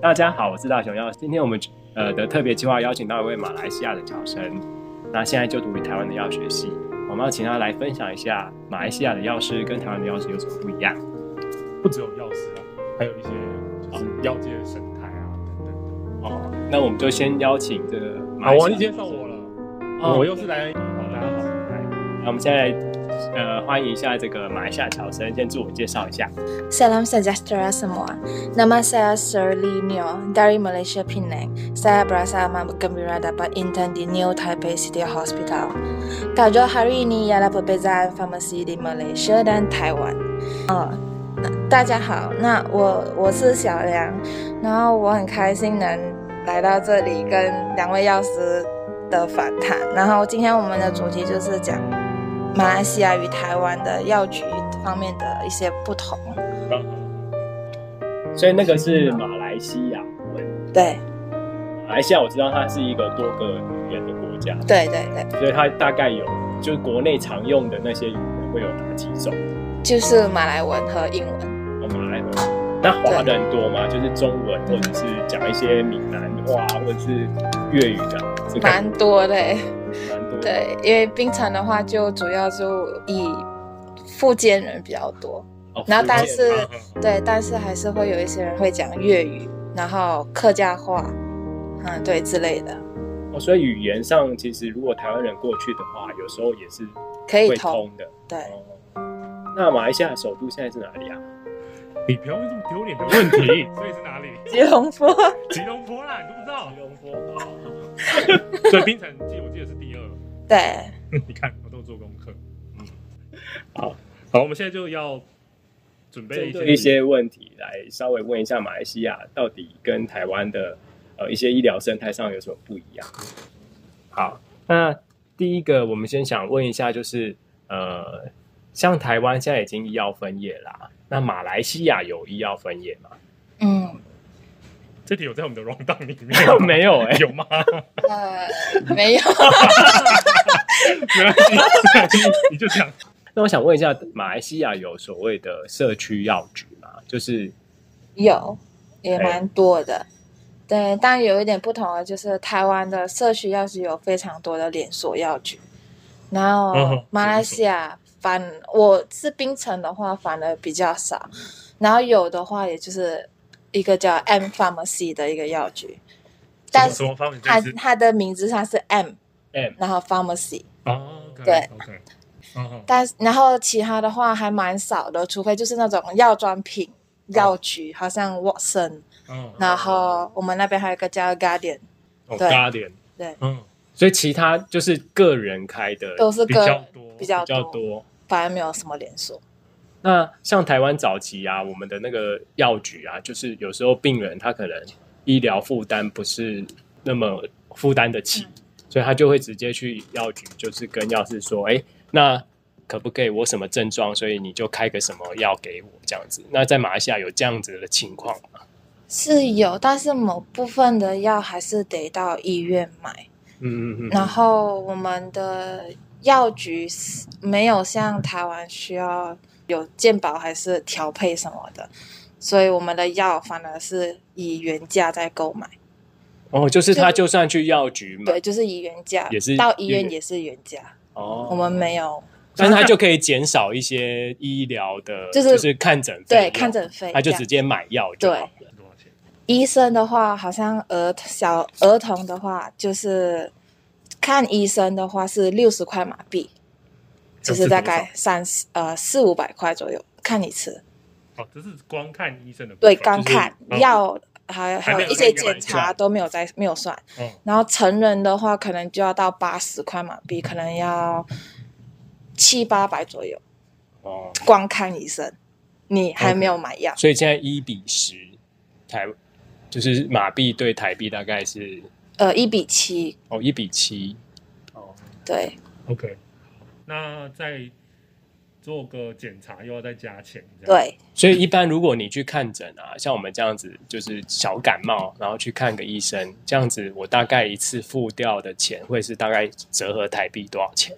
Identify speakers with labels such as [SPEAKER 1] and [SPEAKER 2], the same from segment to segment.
[SPEAKER 1] 大家好，我是大熊耀。今天我们呃的特别计划邀请到一位马来西亚的侨生，那现在就读于台湾的药学系。我们要请他来分享一下马来西亚的药师跟台湾的药师有什么不一样。
[SPEAKER 2] 不只有药师啊，还有一些就是药界的生态啊等等的。
[SPEAKER 1] 哦，那我们就先邀请这个马
[SPEAKER 2] 好，
[SPEAKER 1] 来
[SPEAKER 2] 王
[SPEAKER 1] 西
[SPEAKER 2] 力
[SPEAKER 1] 亚
[SPEAKER 2] 介绍我了，
[SPEAKER 1] 哦
[SPEAKER 2] 我又是来好大家好，来
[SPEAKER 1] 那我们现在呃欢迎一下这个马来西亚侨生，先自我介绍一下。
[SPEAKER 3] Salam sejahtera semua. Nama saya Shirley Neo dari Malaysia Penang. Saya berasa amat gembira dapat intern di New Taipei City Hospital. Tajuk hari ini ialah perbezaan farmasi di Malaysia dan Taiwan. Oh, 大家好，那我我是小梁，然后我很开心能来到这里跟两位药师的访谈。然后今天我们的主题就是讲马来西亚与台湾的药局方面的一些不同。
[SPEAKER 1] 所以那个是马来西亚文，
[SPEAKER 3] 对
[SPEAKER 1] 马来西亚我知道它是一个多个语言的国家，
[SPEAKER 3] 对对对，
[SPEAKER 1] 所以它大概有就是国内常用的那些语言会有哪几种？
[SPEAKER 3] 就是马来文和英文。
[SPEAKER 1] 哦，马来文。那华人多吗？就是中文或者是讲一些闽南话或者是粤语的，是感
[SPEAKER 3] 蛮多的欸，
[SPEAKER 1] 蛮多的。
[SPEAKER 3] 对，因为槟城的话就主要就以福建人比较多，
[SPEAKER 1] 哦，
[SPEAKER 3] 然后
[SPEAKER 1] 福建
[SPEAKER 3] 但是
[SPEAKER 1] 啊
[SPEAKER 2] 嗯
[SPEAKER 3] 对，但是还是会有一些人会讲粤语，然后客家话，嗯，对之类的，
[SPEAKER 1] 哦，所以语言上其实如果台湾人过去的话，有时候也是
[SPEAKER 3] 可以
[SPEAKER 1] 会
[SPEAKER 3] 通，
[SPEAKER 1] 通的。
[SPEAKER 3] 对，
[SPEAKER 1] 哦，那马来西亚首都现在是哪里啊？
[SPEAKER 2] 你不要问这么丢脸的问 题，所以是哪里？
[SPEAKER 3] 吉隆坡，
[SPEAKER 2] 吉隆坡啦，你都不知道
[SPEAKER 1] 吉。隆坡。
[SPEAKER 2] 所以冰城记我记得是第二，
[SPEAKER 3] 对，
[SPEAKER 2] 你看我都做功课。嗯
[SPEAKER 1] 嗯，
[SPEAKER 2] 好，好，我们现在就要准备
[SPEAKER 1] 针
[SPEAKER 2] 一
[SPEAKER 1] 对
[SPEAKER 2] 些
[SPEAKER 1] 一些问题来稍微问一下马来西亚到底跟台湾的呃一些医疗生态上有什么不一样？好，那第一个我们先想问一下，就是呃，像台湾现在已经医药分业啦，那马来西亚有医药分业吗？
[SPEAKER 3] 嗯，
[SPEAKER 2] 这题有在我们的 round down 里面
[SPEAKER 1] 没有哎、
[SPEAKER 2] 有吗？
[SPEAKER 3] 呃，没有，
[SPEAKER 2] 没关系， 你就讲。
[SPEAKER 1] 那我想问一下，马来西亚有所谓的社区药局吗？就是
[SPEAKER 3] 有，也
[SPEAKER 1] 哎
[SPEAKER 3] 蛮多的。对，但有一点不同的就是，台湾的社区药局有非常多的连锁药局，然后
[SPEAKER 2] 哦
[SPEAKER 3] 马来西亚反我是槟城的话反而比较少，然后有的话也就是一个叫 M Pharmacy 的一个药局，但
[SPEAKER 2] 什
[SPEAKER 3] 是
[SPEAKER 2] 么方面？
[SPEAKER 3] 它
[SPEAKER 2] 就是
[SPEAKER 3] 它的名字上是 M，
[SPEAKER 1] M
[SPEAKER 3] 然后 Pharmacy，
[SPEAKER 2] 哦，OK，
[SPEAKER 3] 对
[SPEAKER 2] ，OK，哦，
[SPEAKER 3] 但然后其他的话还蛮少的，除非就是那种药妆品药局，好像 Watson。
[SPEAKER 2] 哦，
[SPEAKER 3] 然后我们那边还有一个叫 Guardian，
[SPEAKER 1] 哦
[SPEAKER 3] 对
[SPEAKER 1] Guardian，
[SPEAKER 3] 对，
[SPEAKER 2] 嗯，
[SPEAKER 1] 所以其他就是个人开的
[SPEAKER 3] 都是
[SPEAKER 2] 比较
[SPEAKER 3] 个
[SPEAKER 2] 多，
[SPEAKER 3] 比较
[SPEAKER 1] 比较，多。
[SPEAKER 3] 反而没有什么连锁。
[SPEAKER 1] 那像台湾早期啊，我们的那个药局啊，就是有时候病人他可能医疗负担不是那么负担得起，
[SPEAKER 3] 嗯
[SPEAKER 1] 所以他就会直接去药局，就是跟药师说，哎、那可不可以我什么症状，所以你就开个什么药给我这样子。那在马来西亚有这样子的情况吗？
[SPEAKER 3] 是有，但是某部分的药还是得到医院买。
[SPEAKER 1] 嗯嗯嗯。
[SPEAKER 3] 然后我们的药局是没有像台湾需要有健保还是调配什么的，所以我们的药反而是以原价在购买。
[SPEAKER 1] 哦，就是他就算去药局买，
[SPEAKER 3] 对，就是以原价，
[SPEAKER 1] 嗯也是
[SPEAKER 3] 到医
[SPEAKER 1] 医
[SPEAKER 3] 院
[SPEAKER 1] 院
[SPEAKER 3] 也是原价。
[SPEAKER 1] 哦，
[SPEAKER 3] 我们没有，
[SPEAKER 1] 但是他就可以减少一些医疗的，
[SPEAKER 3] 就是
[SPEAKER 1] 就是看诊费
[SPEAKER 3] 对
[SPEAKER 1] 用
[SPEAKER 3] 看，诊费，
[SPEAKER 1] 他就
[SPEAKER 3] 这样
[SPEAKER 1] 直接买药就好了。
[SPEAKER 2] 多少钱？
[SPEAKER 3] 医生的话，好像儿小儿童的话，就是看医生的话是六十块马币，
[SPEAKER 2] 这
[SPEAKER 3] 就是是
[SPEAKER 2] 多少
[SPEAKER 3] 大概三十呃四五百块左右，看你吃。
[SPEAKER 2] 哦，这是光看医生的部分，
[SPEAKER 3] 对，刚看
[SPEAKER 2] 就是嗯
[SPEAKER 3] 药还
[SPEAKER 2] 还
[SPEAKER 3] 还
[SPEAKER 2] 没
[SPEAKER 3] 有
[SPEAKER 2] 有
[SPEAKER 3] 一
[SPEAKER 2] 在
[SPEAKER 3] 些
[SPEAKER 2] 那个买
[SPEAKER 3] 检查
[SPEAKER 2] 算
[SPEAKER 3] 都没有在没有算。
[SPEAKER 2] 嗯
[SPEAKER 3] 然后成人的话，可能就要到八十块马币，可能要七八百左右，
[SPEAKER 1] 哦，
[SPEAKER 3] 光看医生，你还没有买药。
[SPEAKER 1] 所以现在一比十台，就是马币对台币大概是
[SPEAKER 3] 呃，一比七，
[SPEAKER 1] 哦一比七。哦，
[SPEAKER 3] 对，
[SPEAKER 2] OK。那再做个检查，又要再加钱，这样
[SPEAKER 3] 对，
[SPEAKER 1] 所以一般如果你去看诊啊，像我们这样子就是小感冒，然后去看个医生，这样子我大概一次付掉的钱会是大概折合台币多少钱？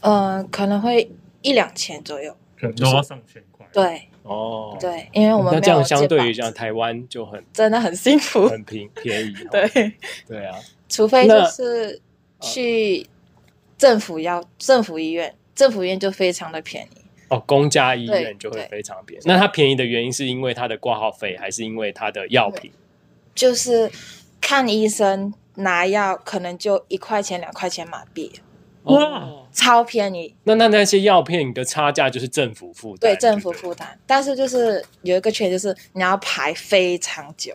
[SPEAKER 3] 呃嗯、可能会一两千左右。
[SPEAKER 2] 可能都要上千块。
[SPEAKER 3] 对，
[SPEAKER 1] 哦，
[SPEAKER 3] 对，因为我们
[SPEAKER 1] 那
[SPEAKER 3] 没
[SPEAKER 1] 这
[SPEAKER 3] 有
[SPEAKER 1] 样
[SPEAKER 3] 解
[SPEAKER 1] 相对于
[SPEAKER 3] 绑
[SPEAKER 1] 像台湾就很
[SPEAKER 3] 真的很幸 福，
[SPEAKER 1] 很平便宜、哦，
[SPEAKER 3] 对，
[SPEAKER 1] 对啊，
[SPEAKER 3] 除非就
[SPEAKER 1] 那呃
[SPEAKER 3] 是去政府要政府医院，政府医院就非常的便宜，
[SPEAKER 1] 哦，公家医
[SPEAKER 3] 对
[SPEAKER 1] 院就会
[SPEAKER 3] 对
[SPEAKER 1] 非常便宜。那它便宜的原因是因为它的挂号费，还是因为它的药品？
[SPEAKER 3] 就是看医生拿药可能就一块钱两块钱马币，
[SPEAKER 2] 哇
[SPEAKER 1] 哦，
[SPEAKER 3] 超便宜，
[SPEAKER 1] 那那那些药片的差价就是政府负担，
[SPEAKER 3] 对政府
[SPEAKER 1] 不
[SPEAKER 3] 负担。但是就是有一个缺点就是你要排非常久，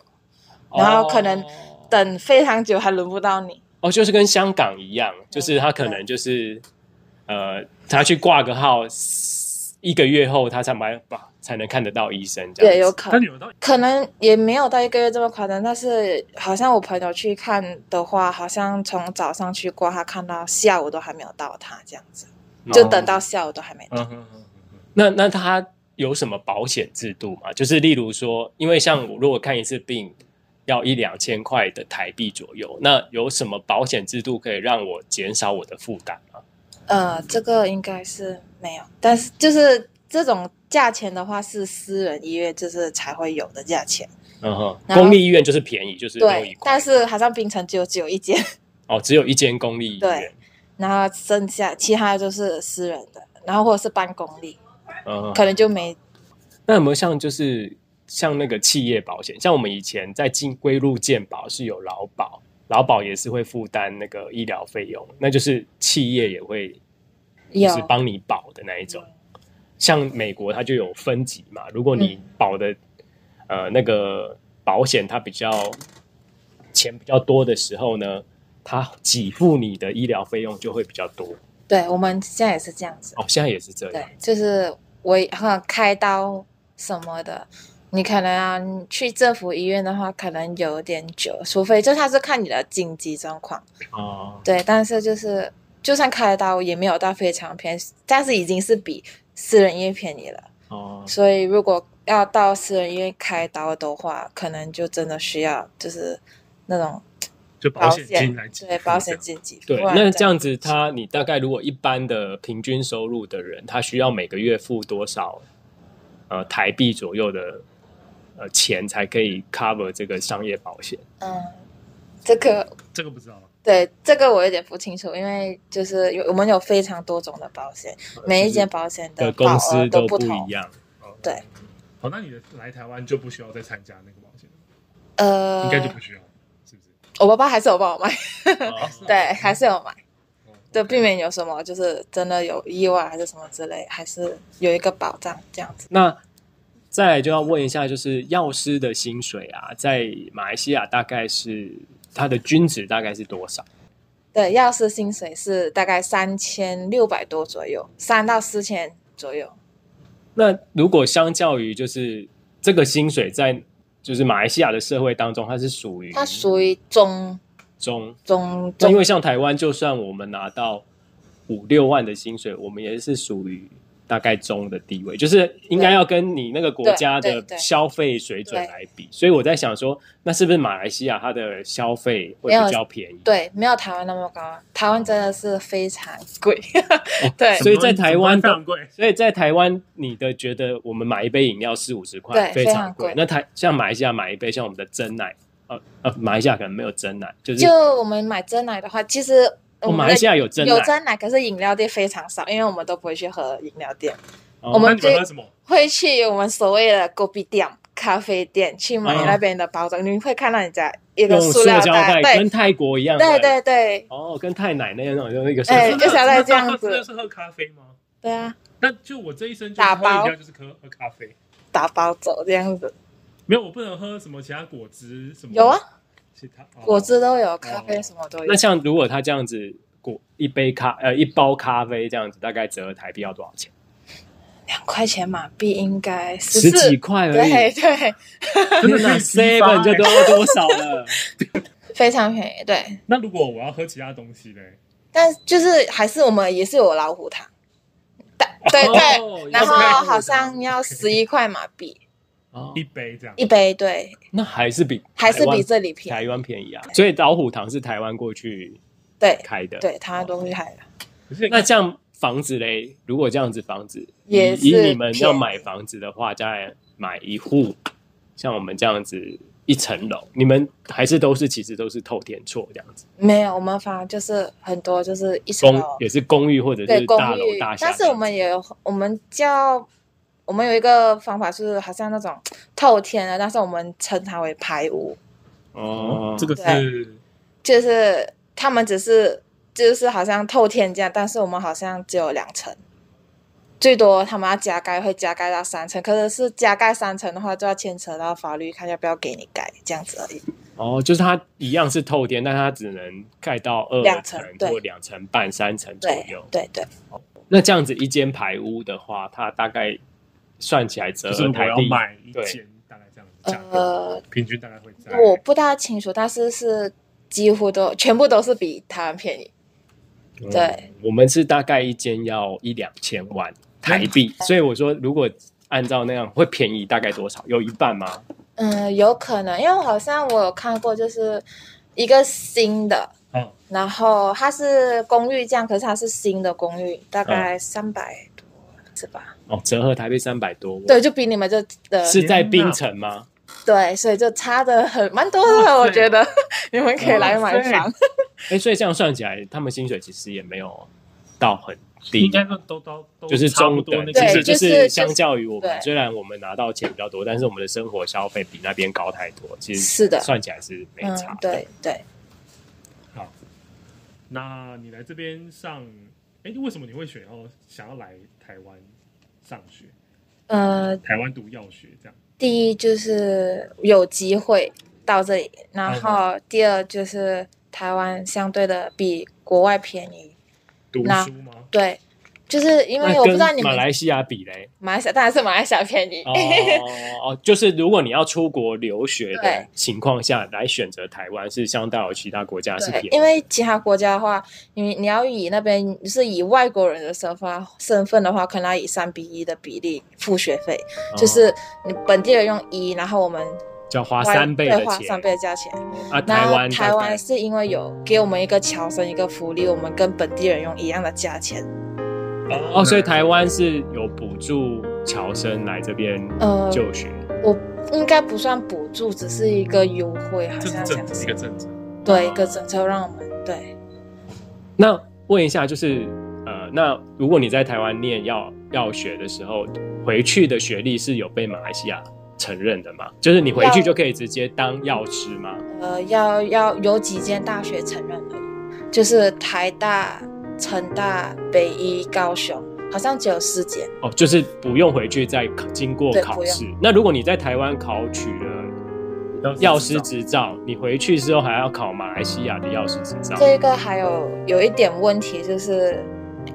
[SPEAKER 3] 然后可能
[SPEAKER 1] 哦
[SPEAKER 3] 等非常久还轮不到你，
[SPEAKER 1] 哦，就是跟香港一样，就是他可能就是呃，他去挂个号，一个月后他才买把才能看得到医生，这样
[SPEAKER 3] 对，有
[SPEAKER 1] 子
[SPEAKER 3] 可能
[SPEAKER 2] 但。有到
[SPEAKER 3] 可能也没有到一个月这么夸张，但是好像我朋友去看的话，好像从早上去挂，他看到下午都还没有到他这样子，
[SPEAKER 1] 哦
[SPEAKER 3] 就等到下午都还没到。
[SPEAKER 2] 嗯嗯嗯嗯
[SPEAKER 1] 那那他有什么保险制度吗？就是例如说，因为像我如果看一次病要一两千块的台币左右，那有什么保险制度可以让我减少我的负担吗？嗯
[SPEAKER 3] 呃，这个应该是没有，但是就是这种价钱的话，是私人医院就是才会有的价钱。
[SPEAKER 1] 嗯哼，
[SPEAKER 3] 然后
[SPEAKER 1] 公立医院就是便宜，就是六一
[SPEAKER 3] 对，
[SPEAKER 1] 块，
[SPEAKER 3] 但是好像槟城只有只有一间，
[SPEAKER 1] 哦，只有一间公立医院
[SPEAKER 3] 对，然后剩下其他就是私人的，然后或者是办公立，
[SPEAKER 1] 嗯哼，
[SPEAKER 3] 可能就没
[SPEAKER 1] 那有没有像就是像那个企业保险，像我们以前在进归入健保是有劳保，劳保也是会负担那个医疗费用，那就是企业也会就
[SPEAKER 3] 有
[SPEAKER 1] 是帮你保的那一种。像美国它就有分级嘛，如果
[SPEAKER 3] 嗯
[SPEAKER 1] 你保的、呃那个保险它比较钱比较多的时候呢，它给付你的医疗费用就会比较多。
[SPEAKER 3] 对，我们现在也是这样子。
[SPEAKER 1] 哦，现在也是这样
[SPEAKER 3] 对。，就是我哈开刀什么的，你可能、啊、你去政府医院的话，可能有点久，除非就他是看你的紧急状况。
[SPEAKER 1] 哦，
[SPEAKER 3] 对，但是就是就算开刀也没有到非常便宜，但是已经是比私人医院便宜了。
[SPEAKER 1] 哦，
[SPEAKER 3] 所以如果要到私人医院开刀的话，可能就真的需要就是那种
[SPEAKER 2] 就保险金来给
[SPEAKER 3] 对保险金给付。
[SPEAKER 1] 对，
[SPEAKER 3] 不然
[SPEAKER 1] 那这样子他，你大概如果一般的平均收入的人，他需要每个月付多少呃台币左右的呃钱才可以 cover 这个商业保险？
[SPEAKER 3] 嗯，这个
[SPEAKER 2] 这个不知道，啊
[SPEAKER 3] 对，这个我有点不清楚，因为就是有我们有非常多种的保险，每一间保险
[SPEAKER 1] 呃的
[SPEAKER 3] 保
[SPEAKER 1] 公
[SPEAKER 3] 额
[SPEAKER 1] 司
[SPEAKER 3] 都
[SPEAKER 1] 不
[SPEAKER 3] 同
[SPEAKER 1] 一。样。
[SPEAKER 2] 哦
[SPEAKER 3] 对。
[SPEAKER 2] 好，那你来台湾就不需要再参加那个保险，
[SPEAKER 3] 呃
[SPEAKER 2] 应，该就不需要，是不是？
[SPEAKER 3] 我爸爸还是有 帮我买，对，还是有买，
[SPEAKER 2] 哦
[SPEAKER 3] 对，避免有什么就是真的有意外还是什么之类，还是有一个保障这样子。
[SPEAKER 1] 那再来就要问一下，就是药师的薪水啊，在马来西亚大概是它的均值大概是多少？
[SPEAKER 3] 对，药师薪水是大概三千六百多左右，三到四千左右。
[SPEAKER 1] 那如果相较于就是这个薪水在就是马来西亚的社会当中，它是属于
[SPEAKER 3] 它属于中
[SPEAKER 1] 中
[SPEAKER 3] 中
[SPEAKER 1] 嗯那因
[SPEAKER 3] 中，
[SPEAKER 1] 为像台湾，就算我们拿到五六万的薪水，我们也是属于大概中的地位，就是应该要跟你那个国家
[SPEAKER 3] 对
[SPEAKER 1] 的
[SPEAKER 3] 对对
[SPEAKER 1] 消费水准来比。所以我在想说，那是不是马来西亚它的消费会比较便宜？
[SPEAKER 3] 对，没有台湾那么高啊，台湾真的是非常贵。 对，
[SPEAKER 1] 所以在台湾
[SPEAKER 2] 哦非常贵，
[SPEAKER 1] 所以在台湾，你的觉得我们买一杯饮料四五十块
[SPEAKER 3] 对
[SPEAKER 1] 非
[SPEAKER 3] 非
[SPEAKER 1] 常
[SPEAKER 3] 常
[SPEAKER 1] 贵
[SPEAKER 3] 贵，
[SPEAKER 1] 那台像马来西亚买一杯像我们的真奶，呃呃，马来西亚可能没有真奶，就是
[SPEAKER 3] 就我们买真奶的话，其实
[SPEAKER 1] 哦，
[SPEAKER 3] 我们
[SPEAKER 1] 马来西亚有真
[SPEAKER 3] 的
[SPEAKER 1] 奶，
[SPEAKER 3] 有真奶，可是饮料店非常少，因为我们都不会去喝饮料店，
[SPEAKER 1] 哦
[SPEAKER 3] 我
[SPEAKER 2] 那
[SPEAKER 3] 们
[SPEAKER 2] 你们喝什么？
[SPEAKER 3] 会去我们所谓的 g o b i 店、咖啡店去买
[SPEAKER 1] 嗯
[SPEAKER 3] 那边的包装。你会看到人家一个
[SPEAKER 1] 用哦塑
[SPEAKER 3] 塑
[SPEAKER 1] 料
[SPEAKER 3] 料
[SPEAKER 1] 胶
[SPEAKER 3] 袋，
[SPEAKER 1] 跟
[SPEAKER 3] 对
[SPEAKER 1] 泰国一样，
[SPEAKER 3] 对对对
[SPEAKER 1] 哦，跟太奶那样那种，就是一个塑
[SPEAKER 3] 哎
[SPEAKER 1] 料
[SPEAKER 3] 对就想到这样子
[SPEAKER 2] 那是喝咖啡吗？
[SPEAKER 3] 对啊，
[SPEAKER 2] 那就我这一生就是
[SPEAKER 3] 打
[SPEAKER 2] 喝
[SPEAKER 3] 包
[SPEAKER 2] 饮料就是喝喝咖啡，
[SPEAKER 3] 打包走这样子。
[SPEAKER 2] 没有我不能喝什么其他果汁什么。
[SPEAKER 3] 有啊，
[SPEAKER 2] 其他哦
[SPEAKER 3] 果汁都有，咖啡
[SPEAKER 2] 哦
[SPEAKER 3] 什么都有
[SPEAKER 1] 那。像如果他这样子，果一杯咖呃一包咖啡这样子，大概折合台币要多少钱？
[SPEAKER 3] 两块钱马币应该
[SPEAKER 1] 十
[SPEAKER 3] 十
[SPEAKER 1] 几
[SPEAKER 3] 四，
[SPEAKER 1] 块而
[SPEAKER 3] 对
[SPEAKER 1] 已，
[SPEAKER 3] 对，
[SPEAKER 2] 真的
[SPEAKER 1] 天哪
[SPEAKER 2] 可以批发
[SPEAKER 1] seven 就多多少了？
[SPEAKER 3] 非常便宜。对，
[SPEAKER 2] 那如果我要喝其他东西
[SPEAKER 3] 嗯
[SPEAKER 2] 嘞？
[SPEAKER 3] 但就是还是我们也是有老虎糖，但对哎对。
[SPEAKER 1] 哦
[SPEAKER 3] 然后
[SPEAKER 2] 要不然
[SPEAKER 3] 好像要十一块马币
[SPEAKER 1] 哦
[SPEAKER 2] 一杯这样，
[SPEAKER 3] 一杯，对，
[SPEAKER 1] 那还是比
[SPEAKER 3] 还是
[SPEAKER 1] 台湾
[SPEAKER 3] 比这里便宜。
[SPEAKER 1] 台湾便宜啊。所以老虎堂是台湾过去哦
[SPEAKER 3] 对
[SPEAKER 1] 开的，
[SPEAKER 3] 对，台湾都会开的。
[SPEAKER 2] 可是
[SPEAKER 1] 那这样房子嘞，如果这样子房子，
[SPEAKER 3] 也
[SPEAKER 1] 以以
[SPEAKER 3] 是
[SPEAKER 1] 你们要
[SPEAKER 3] 便宜
[SPEAKER 1] 买房子的话，大概买一户，像我们这样子一层楼，你们还是都是其实都是透天厝这样子，
[SPEAKER 3] 没有，我们反而就是很多就是一层
[SPEAKER 1] 公
[SPEAKER 3] 楼，
[SPEAKER 1] 也是公寓或者
[SPEAKER 3] 对
[SPEAKER 1] 是
[SPEAKER 3] 公
[SPEAKER 1] 大楼
[SPEAKER 3] 寓
[SPEAKER 1] 大，厦这
[SPEAKER 3] 但
[SPEAKER 1] 样子。
[SPEAKER 3] 是我们也有我们叫我们有一个方法是好像那种透天的，但是我们称它为排屋，
[SPEAKER 1] 哦，
[SPEAKER 2] 这个
[SPEAKER 1] 对
[SPEAKER 2] 是
[SPEAKER 3] 就是他们只是就是好像透天这样，但是我们好像只有两层。最多他们要加盖，会加盖到三层，可是是加盖三层的话，就要牵扯到法律，看要不要给你盖这样子而已。
[SPEAKER 1] 哦，就是它一样是透天，但它只能盖到二
[SPEAKER 3] 两层
[SPEAKER 1] 层
[SPEAKER 3] 对
[SPEAKER 1] 或两层半、三层左
[SPEAKER 3] 对
[SPEAKER 1] 右。
[SPEAKER 3] 对对，
[SPEAKER 1] 那这样子一间排屋的话，它大概算起来折
[SPEAKER 2] 就是
[SPEAKER 1] 合
[SPEAKER 2] 我
[SPEAKER 1] 台
[SPEAKER 2] 要
[SPEAKER 1] 币，
[SPEAKER 2] 买一
[SPEAKER 1] 对
[SPEAKER 2] 间，大概这样子价格，
[SPEAKER 3] 呃，
[SPEAKER 2] 平均大概会在
[SPEAKER 3] 我不大清楚，但是是几乎都全部都是比台湾便宜。
[SPEAKER 1] 嗯
[SPEAKER 3] 对，
[SPEAKER 1] 我们是大概一间要一两千万台币，所以我说如果按照那样会便宜大概多少？有一半吗？
[SPEAKER 3] 嗯，有可能，因为好像我有看过，就是一个新的，
[SPEAKER 2] 嗯，
[SPEAKER 3] 然后它是公寓这样，可是它是新的公寓，大
[SPEAKER 2] 嗯
[SPEAKER 3] 概三百多是吧？
[SPEAKER 1] 哦，折合台币三百多，
[SPEAKER 3] 对，，就比你们这的
[SPEAKER 1] 是在
[SPEAKER 2] 天哪
[SPEAKER 1] 槟城吗？
[SPEAKER 3] 对，所以就差的很蛮多
[SPEAKER 2] 哇
[SPEAKER 3] 的，
[SPEAKER 2] 塞
[SPEAKER 3] 我觉得 你们可以来买
[SPEAKER 2] 哇塞
[SPEAKER 3] 房。
[SPEAKER 1] 哎，所以这样算起来，他们薪水其实也没有到很低，
[SPEAKER 2] 应该都都都都
[SPEAKER 1] 就是
[SPEAKER 2] 差不
[SPEAKER 1] 中
[SPEAKER 2] 多
[SPEAKER 1] 等
[SPEAKER 2] 那，
[SPEAKER 1] 其
[SPEAKER 3] 对
[SPEAKER 1] 实
[SPEAKER 2] 个，
[SPEAKER 3] 就是是
[SPEAKER 1] 相较于我
[SPEAKER 3] 对
[SPEAKER 1] 们，虽然我们拿到钱比较多，但是我们的生活消费比那边高太多，其实
[SPEAKER 3] 是的
[SPEAKER 1] 算起来是没
[SPEAKER 3] 嗯
[SPEAKER 1] 差，。
[SPEAKER 3] 对对，
[SPEAKER 2] 那你来这边上，哎，为什么你会选要想要来台湾上学，
[SPEAKER 3] 呃，
[SPEAKER 2] 台湾读药学这样？
[SPEAKER 3] 第一就是有机会到这里，然
[SPEAKER 1] 哎
[SPEAKER 3] 后第二就是台湾相对的比国外便宜，
[SPEAKER 2] 读
[SPEAKER 3] 那
[SPEAKER 2] 书吗？
[SPEAKER 3] 对，就是因为
[SPEAKER 1] 那
[SPEAKER 3] 我不
[SPEAKER 1] 跟
[SPEAKER 3] 知道你们
[SPEAKER 1] 马来西亚比嘞，
[SPEAKER 3] 马来西亚当然是马来西亚便宜，
[SPEAKER 1] 哦 哦，哦就是如果你要出国留学的
[SPEAKER 3] 对
[SPEAKER 1] 情况下来选择台湾，是相较于其他国家是
[SPEAKER 3] 对
[SPEAKER 1] 便，宜。
[SPEAKER 3] 因为其他国家的话，你你要以那边就是以外国人的身份身份的话，可能要以三比一的比例付学费，
[SPEAKER 1] 哦
[SPEAKER 3] 就是你本地人用一，然后我们
[SPEAKER 1] 就要花
[SPEAKER 3] 外
[SPEAKER 1] 三倍
[SPEAKER 3] 对
[SPEAKER 1] 的
[SPEAKER 3] 花
[SPEAKER 1] 钱
[SPEAKER 3] 三倍的价钱。
[SPEAKER 1] 啊，
[SPEAKER 3] 那
[SPEAKER 1] 台湾
[SPEAKER 3] 台
[SPEAKER 1] 大概
[SPEAKER 3] 湾是因为有给我们一个侨生一个福利，我们跟本地人用一样的价钱，
[SPEAKER 1] 哦，所以台湾是有补助侨生来这边
[SPEAKER 3] 呃
[SPEAKER 1] 就学，
[SPEAKER 3] 应该不算补助，只是一个优惠，好
[SPEAKER 2] 这是
[SPEAKER 3] 像这样
[SPEAKER 2] 政治，一个
[SPEAKER 3] 子。
[SPEAKER 2] 政治。
[SPEAKER 3] 对，一个政策让我们对
[SPEAKER 1] 那问一下，就是呃，那如果你在台湾念药药学的时候，回去的学历是有被马来西亚承认的吗？就是你回去
[SPEAKER 3] 药
[SPEAKER 1] 就可以直接当药师吗？
[SPEAKER 3] 呃，要要有几间大学承认而已，就是台大、成大、北医、高雄，好像只有四间。
[SPEAKER 1] 哦，就是不用回去再考经过
[SPEAKER 3] 对
[SPEAKER 1] 考
[SPEAKER 3] 不用
[SPEAKER 1] 试。那如果你在台湾考取了药师执照，你回去之后还要考马来西亚的药师执照。
[SPEAKER 3] 这个还有有一点问题，就是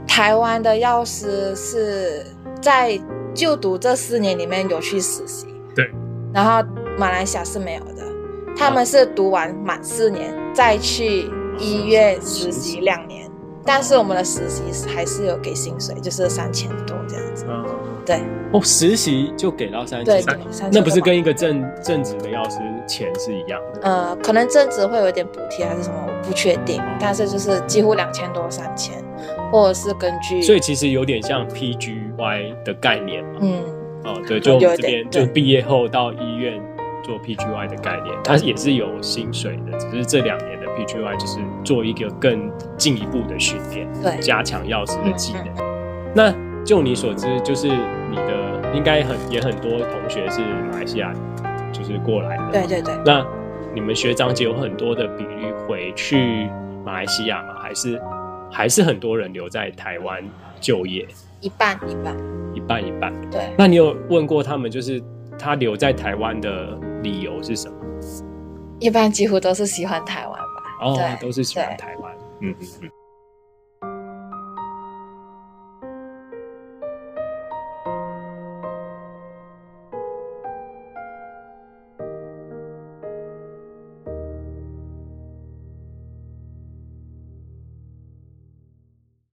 [SPEAKER 3] 台湾的药师是在就读这四年里面有去实习，
[SPEAKER 2] 对，
[SPEAKER 3] 然后马来西亚是没有的，他们是读完满四年再去医院实习两年，但是我们的实习还是有给薪水，就是三千多这样子，
[SPEAKER 1] 嗯，
[SPEAKER 3] 对
[SPEAKER 1] 哦，实习就给到三
[SPEAKER 3] 对
[SPEAKER 1] 千
[SPEAKER 3] 对
[SPEAKER 1] 多，，
[SPEAKER 3] 三千
[SPEAKER 1] 那不是
[SPEAKER 3] 多吧
[SPEAKER 1] 跟一个正正职的药师钱是一样的？
[SPEAKER 3] 呃，可能正职会有点补贴还是什么，我不确定，但是就是几乎两千多三千，或者是根据
[SPEAKER 1] 所以其实有点像 PGY 的概念嘛。
[SPEAKER 3] 嗯。
[SPEAKER 1] 哦，对，就我
[SPEAKER 3] 有
[SPEAKER 1] 们
[SPEAKER 3] 一
[SPEAKER 1] 这
[SPEAKER 3] 点
[SPEAKER 1] 边
[SPEAKER 3] 对
[SPEAKER 1] 就毕业后到医院做 PGY 的概念，它也是有薪水的，只是这两年的 PGY 就是做一个更进一步的训练，
[SPEAKER 3] 对嗯
[SPEAKER 1] 加强药师的技能。那就你所知，就是你的应该很也很多同学是马来西亚，就是过来的。
[SPEAKER 3] 对对对，
[SPEAKER 1] 那你们学长姐有很多的比率回去马来西亚吗？还是还是很多人留在台湾就业，
[SPEAKER 3] 一半一半，
[SPEAKER 1] 一半一半？
[SPEAKER 3] 对，
[SPEAKER 1] 那你有问过他们，就是他留在台湾的理由是什么？
[SPEAKER 3] 一半几乎都是喜欢台湾吧。
[SPEAKER 1] 哦，
[SPEAKER 3] 对
[SPEAKER 1] 都是喜欢台湾。嗯嗯嗯。